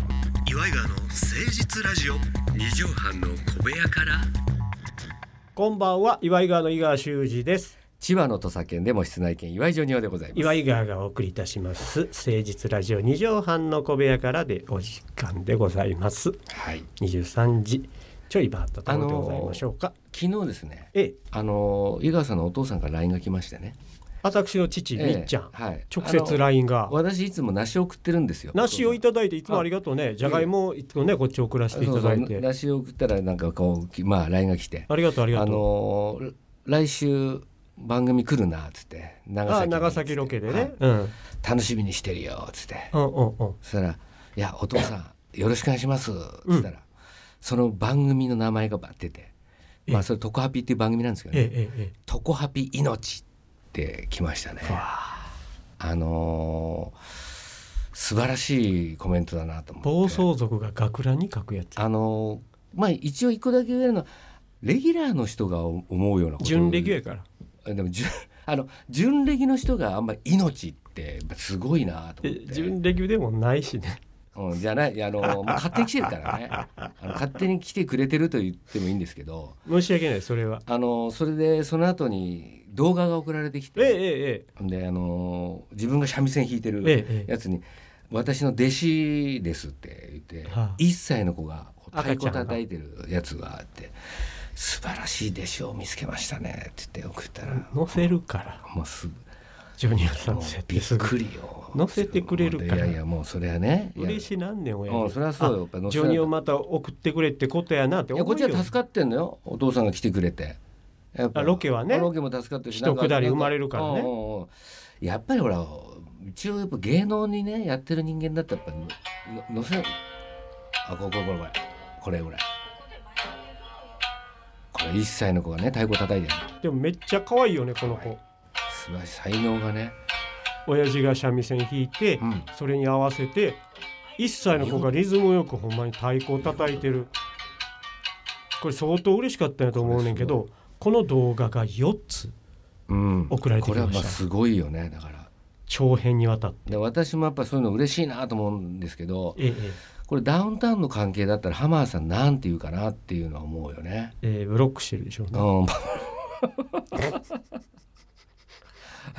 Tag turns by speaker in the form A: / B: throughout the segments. A: イガーの誠実ラジオ二畳半の小部屋から
B: こんばんは岩井川の井川修司です
C: 千葉の土佐県でも室内犬岩井ジョニオでございます
B: 岩井川がお送りいたします誠実ラジオ二畳半の小部屋からでお時間でございます
C: はい
B: 二十三時ちょいバーったところでございましょうか、
C: 昨日ですね
B: ええ
C: あの井川さんのお父さんから LINE が来ましてね
B: 私の父、
C: ええ
B: みっちゃん、
C: はい
B: 直
C: あ
B: 接
C: の
B: LINE が
C: 私いつも梨を送ってるんですよ
B: 梨をい
C: い
B: ただいていつもありがとうねじゃがいもいつもねこっち送らせていただいて
C: 梨を送ったらなんかこうきまあ LINE が来て
B: ありがとうあり
C: あ
B: がとう
C: の来週番組来るなっつって長崎
B: あ
C: に
B: 長崎ロケでね、
C: はい
B: うん
C: 楽しみにしてるよっつって
B: うんうんうん
C: そしたら「いやお父さんよろしくお願いします」っつったら、その番組の名前がバッててまあそれ「トコハピ」っていう番組なんですけど
B: ええ
C: ね
B: ええ
C: 「トコハピ命」って来ましたね
B: ええ。わあ
C: あのー素晴らしいコメントだなと思
B: 暴
C: って
B: 走族が学ランに書くやつ
C: あのーまあ一応一個だけ言えるのはレギュラーの人が思うようなこと
B: 準レギュやから
C: えでもじゅ あの純レギの人があんまり命ってすごいなと思って
B: え準レギュでもないしね
C: うん、じゃないいやあのもう勝手に来てるからねあの勝手に来てくれてると言ってもいいんですけど
B: 申し訳ないそれは
C: あのそれでその後に動画が送られてき
B: ええ
C: て
B: え
C: であの自分が三味線弾いて
B: ええ
C: る
B: えええ
C: やつに「私の弟子です」って言って、
B: はあ
C: 1歳の子がこう太
B: 赤
C: 鼓
B: ちゃんが
C: 叩いてるやつがあって「素晴らしい弟子を見つけましたね」って言って送ったら
B: 乗せるから
C: もうすぐ
B: ジョニオさん
C: もう
B: 設
C: びっ
B: 定す
C: く
B: ぐ
C: りよ
B: 乗せてくれるから
C: いやいやもうそれはねいや
B: 嬉しなんねん親に
C: うんそれはそうよやっぱ乗
B: あ
C: せな
B: ジョ
C: いと
B: ニオまた送ってくれってことやなって
C: い
B: 思
C: や
B: う
C: こっ
B: よ
C: ちは助かってんのよお父さんが来てくれてやっ
B: あロケはね
C: あロケも助かってるし
B: 一くだり生まれるからね
C: うんうんうんやっぱりほら一応やっぱ芸能にねやってる人間だったらやっぱののせあこれこれこれこれこれこれこれ1歳の子がね太鼓叩いてる
B: でもめっちゃ可愛いよねこの子
C: 素晴らしい才能がね、
B: 親父が三味線弾いて
C: うん、
B: それに合わせて1歳の子がリズムよくほんまに太鼓を叩いてるこれ相当嬉しかったんやと思うねんけどこの動画が4つ
C: うん、
B: 送られてきました
C: これはまあすごいよねだから
B: 長編にわたって
C: で私もやっぱそういうの嬉しいなと思うんですけど
B: ええ
C: これダウンタウンの関係だったらハマーさんなんて言うかなっていうのは思うよね。
B: ええブロックしてるでしょうね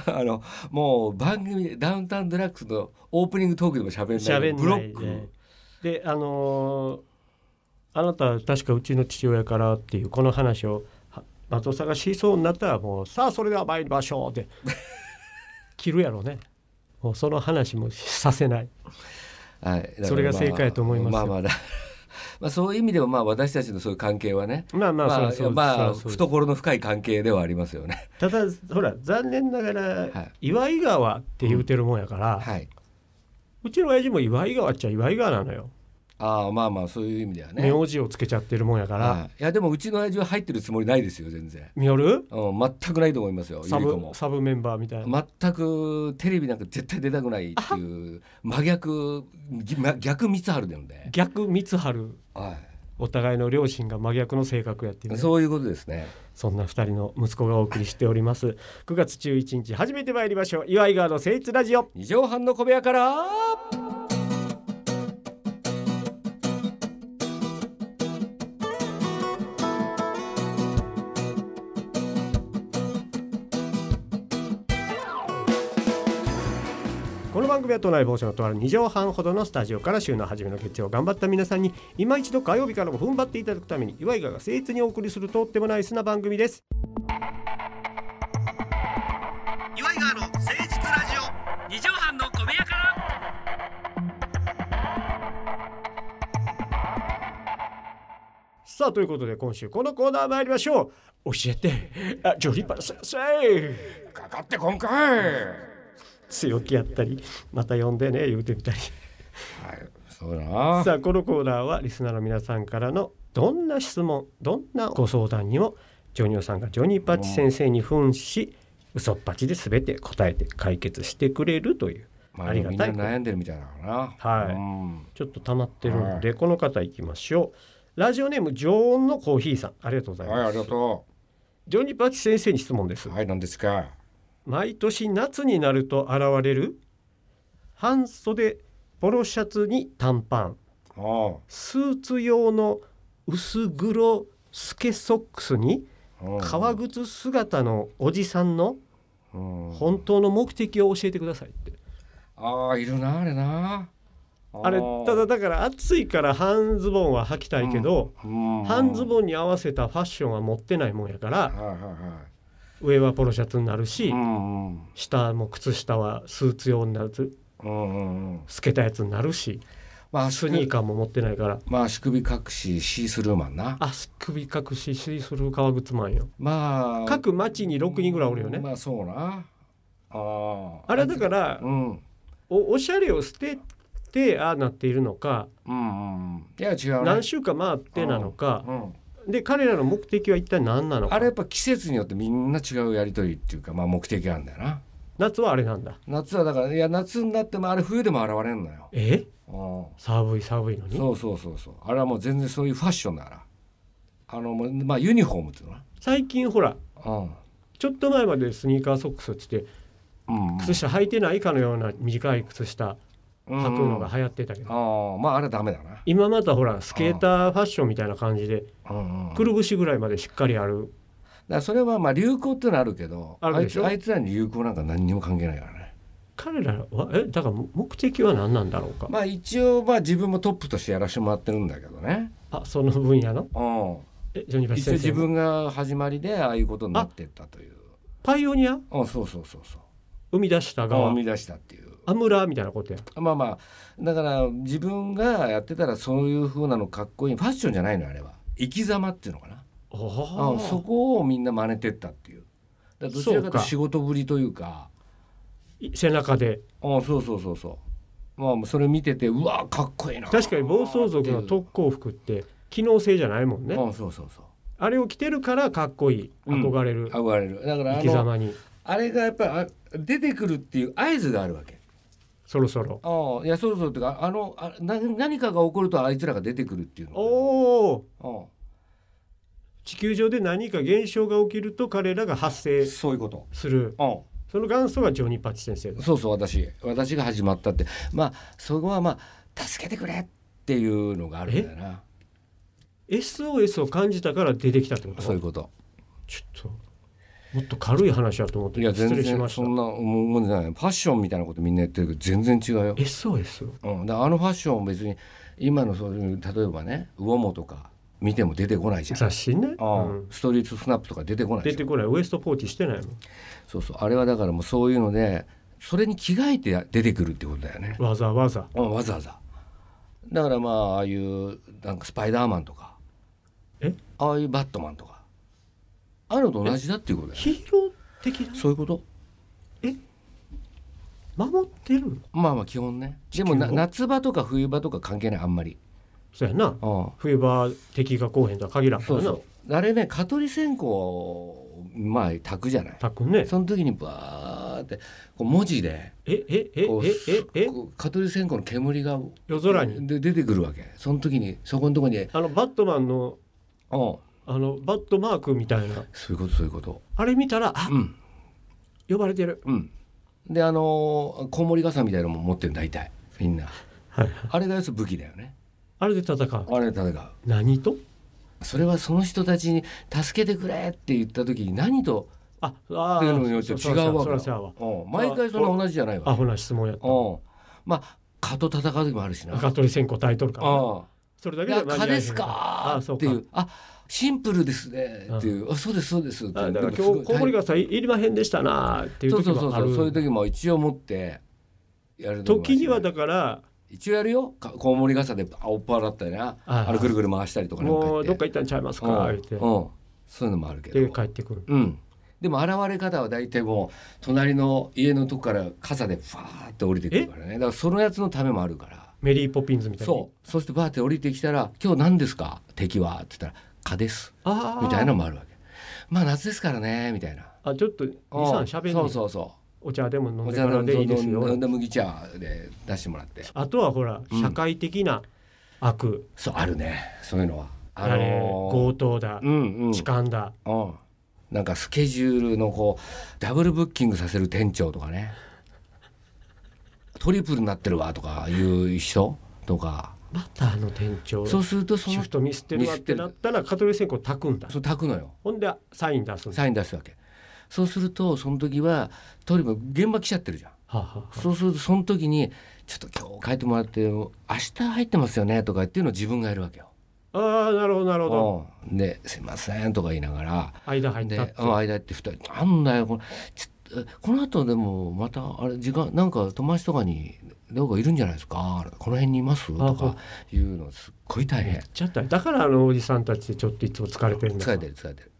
C: うんあのもう番組でダウンタウンデラックスのオープニングトークでも喋んない
B: 喋ん
C: ブロ
B: ない
C: ッ
B: で
C: ク
B: であのーあなた確かうちの父親からっていうこの話をは松尾さんがしそうになったらもうさあそれでは参りましょうって 切るやろねもうその話もさせない
C: はいだから
B: それが正解やと思いますよ
C: まあまあだまあそういう意味でもまあ私たちのそういう関係はね
B: まあまあ、
C: ま
B: そ
C: あ
B: うそう
C: まあ
B: そうそう
C: 懐の深い関係ではありますよね
B: ただほら残念ながら、
C: は
B: 岩井川って言うてるもんやから、
C: はい。
B: うちの親父も岩井川っちゃ岩井川なのよ、
C: ああまあまあそういう意味ではね。
B: 名字をつけちゃってるもんやから、
C: はいいやでもうちの親父は入ってるつもりないですよ全然。
B: による
C: うん全くないと思いますよ。
B: サ
C: ゆり子
B: ブ
C: も
B: サブメンバーみたいな、
C: 全くテレビなんか絶対出たくないっていう真逆ぎま逆三つ春なんで、
B: 逆光晴
C: は
B: お互いの両親が真逆の性格やっていう
C: い、
B: ね
C: そういうことですね
B: そんな二人の息子がお送りしております9月11日初めて参りましょう岩井川の誠実ラジオ
C: 二畳半の小部屋から
B: この番組は都内某所のとある2畳半ほどのスタジオから週の初めの月曜頑張った皆さんに今一度火曜日からも踏ん張っていただくために岩井川が誠実にお送りするとってもナイスな番組です
A: 岩井川の誠実ラジオ二畳半の小部屋から
B: さあということで今週このコーナー参りましょう教えてあジョリパラ先生
C: かかってこんかい、はい、
B: 強気やったりまた呼んでね言うてみたり
C: そうだな
B: さあこのコーナーはリスナーの皆さんからのどんな質問どんなご相談にもジョニオさんがジョニーパッチ先生に扮し嘘っぱちで全て答えて解決してくれるという
C: ま
B: あ
C: あ、
B: り
C: み
B: がたい
C: んな悩んでるみたいだからな
B: はい
C: うん
B: ちょっと溜まってるので、この方いきましょうラジオネーム常温のコーヒーさんありがとうございます、
C: はいありがと
B: ジョニーパッチ先生に質問です、
C: うはい何ですか
B: 毎年夏になると現れる半袖ポロシャツに短パン
C: お
B: スーツ用の薄黒スケソックスに
C: う
B: 革靴姿のおじさんの
C: うん
B: 本当の目的を教えてくださいって
C: ああいるなあれな
B: あれた
C: だ
B: だだから暑いから半ズボンは履きたいけど、半ズ
C: ン
B: ボンに合わせたファッションは持ってないもんやから
C: はいはいはい
B: 上はポロシャツになるし、
C: うんうん
B: 下も靴下はスーツ用になる
C: うんうんうん
B: 透けたやつになるし
C: まあ
B: スニーカーも持ってないから
C: まあ足首隠しシースルーマンな
B: 足首隠ししする革靴マンよ
C: まあ
B: 各町に6人ぐらいおるよね
C: まあそうなあー
B: あれはだから
C: うんうん
B: おおしゃれを捨ててああなっているのか
C: うんうんいや違うね
B: 何週間回ってなのか
C: うん
B: で彼らの目的は一体何なの
C: あ
B: か
C: れやっぱ季節によってみんな違うやりとりっていうかまあ目的があるんだよな
B: 夏はあれなんだ
C: 夏はだからいや夏になってもあれ冬でも現れるのよ
B: え
C: うん
B: 寒い寒いのに
C: そうそうそうそうあれはもう全然そういうファッションだからあのもうまあユニフォームっていうのは
B: 最近ほらちょっと前までスニーカーソックスっつって
C: うん、うん、
B: 靴下履いてないかのような短い靴下
C: うん
B: 履くのが流行ってたけど
C: ああまああれダメだな、
B: 今またほらスケーターファッションみたいな感じで
C: うんうん、
B: くるぶしぐらいまでしっかりある
C: だからそれはまあ流行ってのはあるけど
B: あるでしょ
C: いつあいつらに流行なんか何にも関係ないからね
B: 彼らはえだから目的は何なんだろうか
C: まあ一応まあ自分もトップとしてやらせてもらってるんだけどね
B: あその分野の
C: うん
B: えジョニーバス
C: 一応
B: 先
C: 自
B: 生の
C: 分が始まりでああいうことになってったという
B: パイオニア
C: うんそうそうそうそう
B: 生み出した側
C: 生み出したっていう
B: アムラーみたいなことや
C: まあまあだから自分がやってたらそういう風なのかっこいいファッションじゃないのよあれは生き様っていうのかな
B: あ
C: うん
B: あ
C: そこをみんな真似てったっていうだからどちらかというと仕事ぶりというか
B: い背中で
C: あそうそうそうそうまあそれ見ててうわかっこいいな
B: 確かに暴走族の特攻服って機能性じゃないもんね
C: あそうそうそう
B: あれを着てるからかっこいい
C: うん
B: 憧れる
C: 憧れるだから
B: 生
C: あ
B: き
C: の
B: 様に
C: あれがやっぱりあ出てくるっていう合図があるわけ
B: そろそろ
C: ああいやそうそうっていうかあのあな何かが起こるとあいつらが出てくるっていうの
B: おお
C: あ
B: 地球上で何か現象が起きると彼らが発
C: あ
B: 生
C: そういうこと
B: する
C: うん
B: その元祖がジョニー・パチ先生だ
C: そうそう私私が始まったってまあそこはまあ助けてくれっていうのがあるんだよな
B: SOS を感じたから出てきたってこと
C: そういうこと
B: ちょっともっと軽い話だと思っ
C: い
B: て
C: や
B: 失
C: 全
B: 礼しま
C: 然
B: した
C: そんなもんじゃないファッションみたいなことみんな言ってるけど全然違うよ、
B: SOS
C: うん、だからあのファッション別に今のそういう例えばねウォモとか見ても出てこないじゃん、
B: 雑誌ね、
C: う
B: うん
C: ん、ストリートスナップとか出てこないで
B: 出
C: しょ
B: てこないウエストポーチしてないもん
C: そうそうあれはだからもうそういうのでそれに着替えて出てくるってことだよね、
B: わざわざ
C: うん、わざわざだからまあああいうなんかスパイダーマンとか
B: え
C: ああいうバットマンとかああいうのと同じだっていうことだよね
B: ヒーロー的な
C: そういうこと
B: 守ってる
C: まあまあ基本ねで
B: 球を
C: もな夏場とか冬場とか関係ないあんまり
B: そうやな
C: うん
B: 冬場敵が来おへんとは限らんか
C: そ
B: ら
C: う
B: な
C: そうあれね蚊取り線香をまあ炊くじゃない
B: たくんね
C: その時にバーってこう文字で
B: えええ
C: こう
B: えええ
C: こう蚊取り線香の煙が
B: 夜空に
C: で出てくるわけその時にそこのとこにうん
B: あのバットマンの
C: そ
B: あのバットマークみたい
C: う
B: な
C: いうことそういうこと
B: あれ見たらあ
C: うん
B: 呼ばれてる
C: うんであのー、コウモリ傘みたいなのも持ってる大体みんな
B: はい
C: あれがやつ武器だよね
B: あれで戦う
C: あれ戦う
B: 何と
C: それはその人たちに助けてくれって言った時に何と
B: ああ
C: っていうのによって違
B: そうそ
C: わ
B: そ
C: け
B: ら
C: だ
B: そうやわ
C: うん毎回そんな同じじゃないわ
B: アホな質問やっ
C: うんまあ蚊と戦う時もあるしな
B: た赤鳥線香タイトルから
C: うん
B: それだ
C: い
B: け
C: や
B: で間に合
C: 蚊
B: えへ
C: で
B: ん
C: す
B: あ
C: か
B: そう
C: って
B: か
C: いうあシンプルですねっていうあそうですそうですってい
B: あ
C: う
B: だから
C: でもすご
B: 今日
C: い
B: コウモリがさいりまへんでしたなーっていう
C: そう
B: 時
C: そうそう
B: もあ
C: そうそういう
B: る
C: 時も一応持ってやるのもあるし
B: 時にはだから
C: 一応やるよかコウモリ傘で青っぱだったりな
B: あ
C: あれくるくる回したりとかなんか
B: も
C: や
B: うどっか行ったんちゃいますか
C: う
B: 言
C: ん
B: って
C: うんそういうのもあるけ
B: で
C: ど
B: 帰ってくる
C: うんでも現れ方は大体もう隣の家のとこから傘でファーって降りてくるからねだからそのやつのためもあるから
B: メリーポピンズみたいな
C: そうそしてバーって降りてきたら「今日何ですか敵は」って言ったら「蚊です」
B: あー
C: みたいなのもあるわけまあ夏ですからねみたいな
B: あちょっと
C: うん
B: 23しゃべんね
C: そう
B: ん
C: そうそ
B: お茶でも
C: う
B: 飲ん
C: お
B: で
C: 茶
B: か
C: 飲
B: ら
C: んで
B: でいいです
C: 飲ん
B: よ
C: だ麦茶で出してもらって
B: あとはほら
C: うん
B: 社会的な悪
C: そうあるねそういうのはあ
B: あれ強
C: の
B: 盗だ
C: ーうんうん
B: 痴漢だ
C: うんなんかスケジュールのこうダブルブッキングさせる店長とかねトリプルになってるわとかいう人とか
B: またあの店長
C: そうするとそ
B: シ
C: の
B: フトミスってるわってなったらカトリー線香炊くんだ
C: そう炊くのよ
B: ほんでサイン出すんだ、
C: サイン出すわけそうするとその時はトリも現場来ちゃってるじゃん
B: はあはあ
C: そうするとその時に「ちょっと今日書いてもらって明日入ってますよね」とかっていうのを自分がやるわけよ。
B: ああなるほどなるほど
C: うんで「すいません」とか言いながら
B: 間入っ
C: で
B: たって
C: うん間行って二人「なんだよこのちょっとこの後でもまたあれ時間なんか友達とかにどうかいるんじゃないですかこの辺にいます?」
B: あ
C: とかいうのすっごい大
B: めっ
C: 変
B: ちゃ大変だからあのおじさんたちちょっといつも疲れてるんだ
C: 疲れてる疲れてる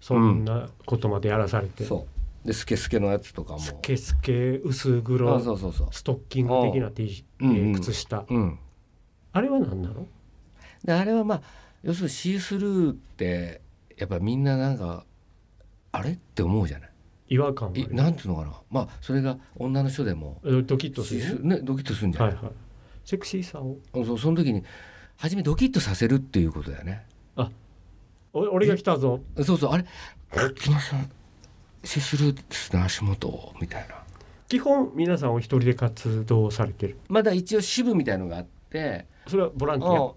B: そんなことまでやらされて、
C: そうでスケスケのやつとかも
B: スケスケ薄
C: あ
B: 黒
C: そうそうそう
B: ストッキング的な T シ
C: うんうん
B: えー靴下、
C: うん
B: あれは何なの
C: であれはまあ要するにシースルーってやっぱみんななんかあれって思うじゃない
B: 違和感はあ
C: い
B: る
C: なんていうのかなまあそれが女の人でも
B: えドキッとす
C: シ
B: る
C: ース
B: よね、
C: ねドキッとするんじゃ
B: は
C: ないい、
B: はいセクシーさを
C: そうその時に初めドキッとさせるっていうことだよね
B: お俺が来たぞ
C: そうそうあれ木村さんシースルーですね足元みたいな
B: 基本皆さんお一人で活動されてる
C: まだ一応支部みたいのがあって
B: それはボランティ
C: うん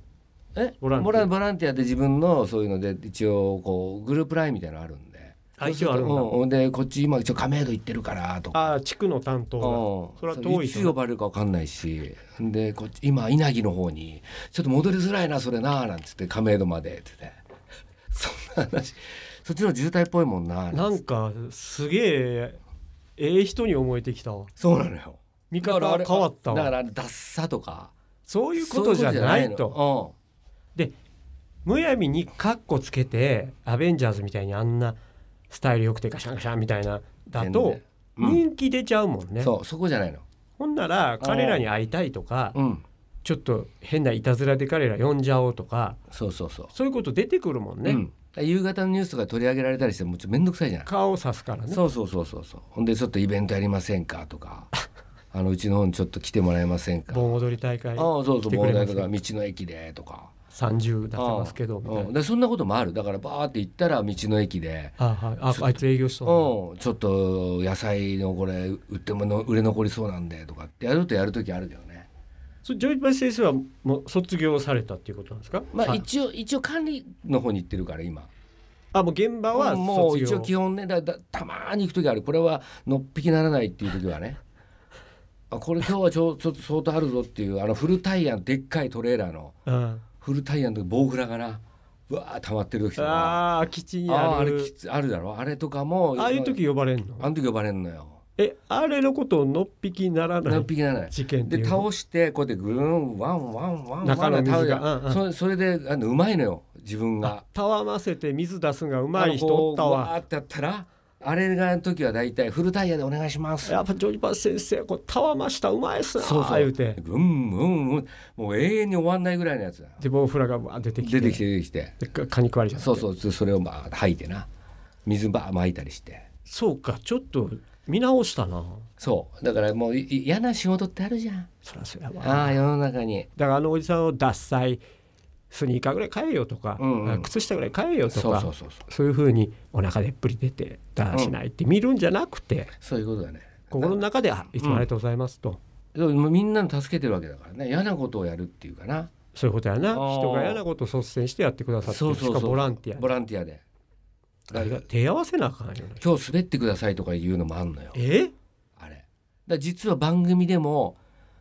C: え
B: ボランティア
C: ボラボランティアで自分のそういうので一応こうグループラインみたいなのあるんで
B: あ一応あるんだ
C: うんでこっち今一応亀戸行ってるからとか
B: アああ地区の担当
C: うん
B: がそれは遠い
C: つ呼ばれるか分かんないしでこっち今稲城の方に「ちょっと戻りづらいなそれな」なんつって亀戸までって言って そんな話そっちの渋滞っぽいもんなな
B: な
C: んつっ
B: ん
C: て
B: かすげえええ人に思えてきたわ
C: そうなのよ
B: 見方が変わった
C: だから
B: わ
C: あれダッサとか
B: そういうことじゃないと
C: と
B: むやみにカッコつけてアベンジャーズみたいにあんなスタイルよくてガシャンガシャンみたいなだと
C: うん
B: 人気出ちゃうもんね、
C: そうそこじゃないの
B: ほんなら彼らに会いたいとか
C: うん
B: ちょっと変ないたずらで彼ら呼んじゃおうとか
C: そうそうそう
B: そういうこと出てくるもんね、
C: うん、夕方のニュースとか取り上げられたりしてもうちょっと面倒くさいじゃない、
B: 顔を指すからね
C: そうそうそうそうそうほんでちょっとイベントやりませんかと かあのうちの方にちょっと来てもらえませんか
B: 盆踊り大会
C: ああそう
B: 来
C: そう
B: てくれ
C: 盆
B: ま
C: 踊
B: す
C: りとか道の駅でとか
B: 30出せますけどみた
C: う
B: い
C: ん、
B: な
C: でそんなこともあるだからバーって行ったら道の駅で
B: あ,、はい、ああいつ営業し
C: う
B: そ
C: ん
B: うな
C: ちょっと野菜のこれ売ってもの売れ残りそうなんでとかってやるとやる時あるけどね
B: それジョイパイ先生はもう卒業されたっていうことなんですか
C: まあ
B: はい
C: 一応一応管理の方に行ってるから今
B: あもう現場は卒業
C: もう一応基本ねだだたまーに行く時あるこれはのっぴきならないっていう時はねあこれ今日はちょ ちょっと相当あるぞっていうあのフルタイヤのでっかいトレーラーの
B: うん、
C: フルタイヤの棒グラがなうわー溜まってる時とかあ
B: ああ基地に
C: あー
B: あ
C: あ
B: る
C: れきつあるだろあれとかも
B: ああいう時呼ばれん
C: あ
B: の
C: の時呼ばれんの よ
B: えあれのことをのっぴきならな
C: のっ
B: い
C: ぴきならない
B: 事件ってい
C: で
B: う
C: 倒してこうやってぐるんワンワンワンワン
B: 中の水が
C: 倒れた
B: うんうん
C: それそれであのうまいのよ自分が
B: たわませて水出すんがうまい人
C: あのこ
B: お
C: う
B: ったわ
C: わーってやったらあれがの時は大体フルタイヤでお願いします
B: やっぱジョニーパン先生こうたわましたうまいっすな
C: そうそう
B: 言うて
C: うんうんうんもう永遠に終わんないぐらいのやつだ
B: でボンフラがわー出てきて
C: 出てきて出てきて
B: でか果肉割りじゃん
C: そうそうそれをまあ吐いてな水ばあ撒いたりして
B: そうかちょっと見直したな
C: そうだからもういい嫌な仕事ってあるじゃん
B: そりゃそうやわだか
C: ああ世の中に
B: らあのおじさんを脱菜スニーカーぐらい買えよとか、
C: うんうん
B: あ靴下ぐらい買えよとか
C: そうそうそうそう
B: そういうふうにお腹でっぷり出てだしないって見るんじゃなくて、
C: そういうことだね
B: 心の中であ「いつもありがとうございますと」
C: そうもうみんなの助けてるわけだからね嫌なことをやるっていうかな
B: そういうことやな
C: あー
B: 人が嫌なことを率先してやってくださってるしかもボランティア
C: ボランティアで
B: あれが手合わせなあかんよね
C: 今日滑ってくださいとか言うのもあんのよ
B: え
C: あれだから実は番組でも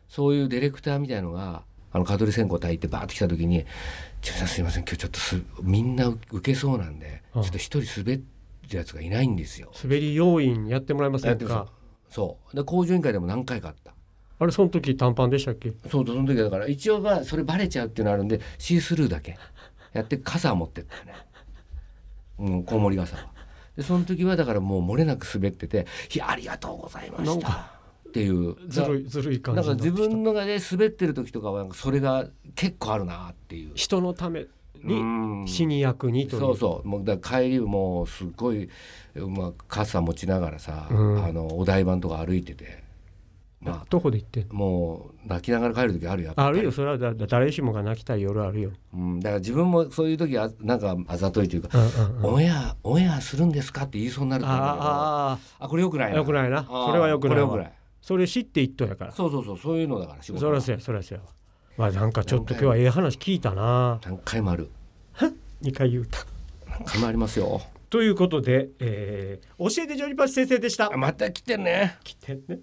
C: そういうディレクターみたいのがあの香取線香炊いてバーって来た時に「ちょさんすいません今日ちょっとすみんな受けそうなんでち
B: う
C: ょ
B: ん
C: っと一人滑るやつがいないんですよ」
B: 滑り要員やってもらえません
C: やっ
B: か
C: てそうで工場委員会でも何回かあった
B: あれその時短パンでしたっけ
C: そうその時だから一応まあそれバレちゃうっていうのあるんでシースルーだけやって傘持ってったよねもうコウモリ傘はでその時はだからもう漏れなく滑ってて「いやありがとうございま
B: な
C: し
B: ん
C: た」っていう
B: ずるいずるい感
C: な
B: じ
C: ん
B: に
C: か
B: なってき
C: 自
B: た
C: 分のがね滑ってる時とかはなんかそれが結構あるなっていう。
B: 人のために
C: に
B: 死に役にという
C: そうそうもうだから帰りもうすっごい、まあ、傘持ちながらさ、
B: うん
C: あのお台場のとか歩いてて、ま
B: どこで言ってんの
C: あ、もう泣きながら帰る時あるよやっぱ
B: あ
C: り
B: るよそれはだだ誰しもが泣きたい夜あるよ、
C: うん、だから自分もそういう時はなんかあざといというか
B: うんうん
C: 「
B: うん、あ
C: オンエアオンエアするんですか?」って言いそうになると思うんだけど
B: あ
C: あこれよくな
B: あ
C: い
B: あよく
C: い
B: ないなそれはよく
C: こ
B: ない
C: れ
B: わ
C: よくない
B: それ知って一等やから
C: そうそうそうそういうのだから仕
B: そ
C: 事
B: りゃ
C: は
B: そうやそりゃそうやわまあなんかちょっと今日はええ話聞いたな
C: 何回もある
B: 2回言うた
C: 何回もありますよ
B: ということで、えー教えてジョニパチ先生でした
C: あまた来てね
B: 来てね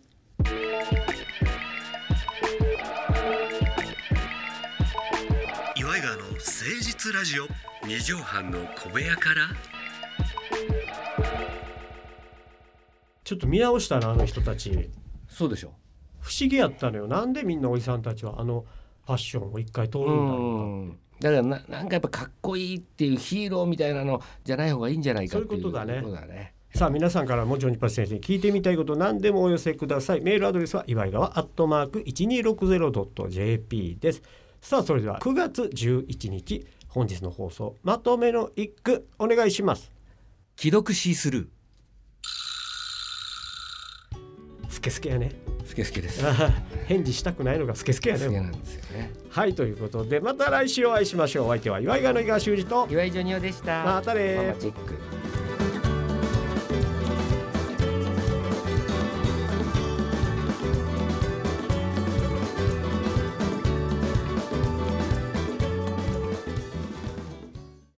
A: 岩井川の誠実ラジオ二畳半の小部屋から
B: ちょっと見直したなあの人たち
C: そうでしょ
B: 不思議やったのよなんでみんなおじさんたちはあのファッションを一回通るんだろうか
C: んだからななんかやっぱかっこいいっていうヒーローみたいなのじゃない方がいいんじゃないかっていう
B: そういうことだね
C: そうだね
B: さあ皆さんからもジョニパチ先生に聞いてみたいこと何でもお寄せくださいメールアドレスは岩井川アットマーク 1260.jp ですさあそれでは9月11日本日の放送まとめの一句お願いします
C: 既読シースル
B: スケスケやね
C: ースケスケです
B: あー返事したくないのがスケスケや
C: スケ
B: ね
C: なんですよね
B: はいということでまた来週お会いしましょうお相手は岩井川の井川修司と
C: 岩井ジョニオでした
B: またねー
C: ママチェック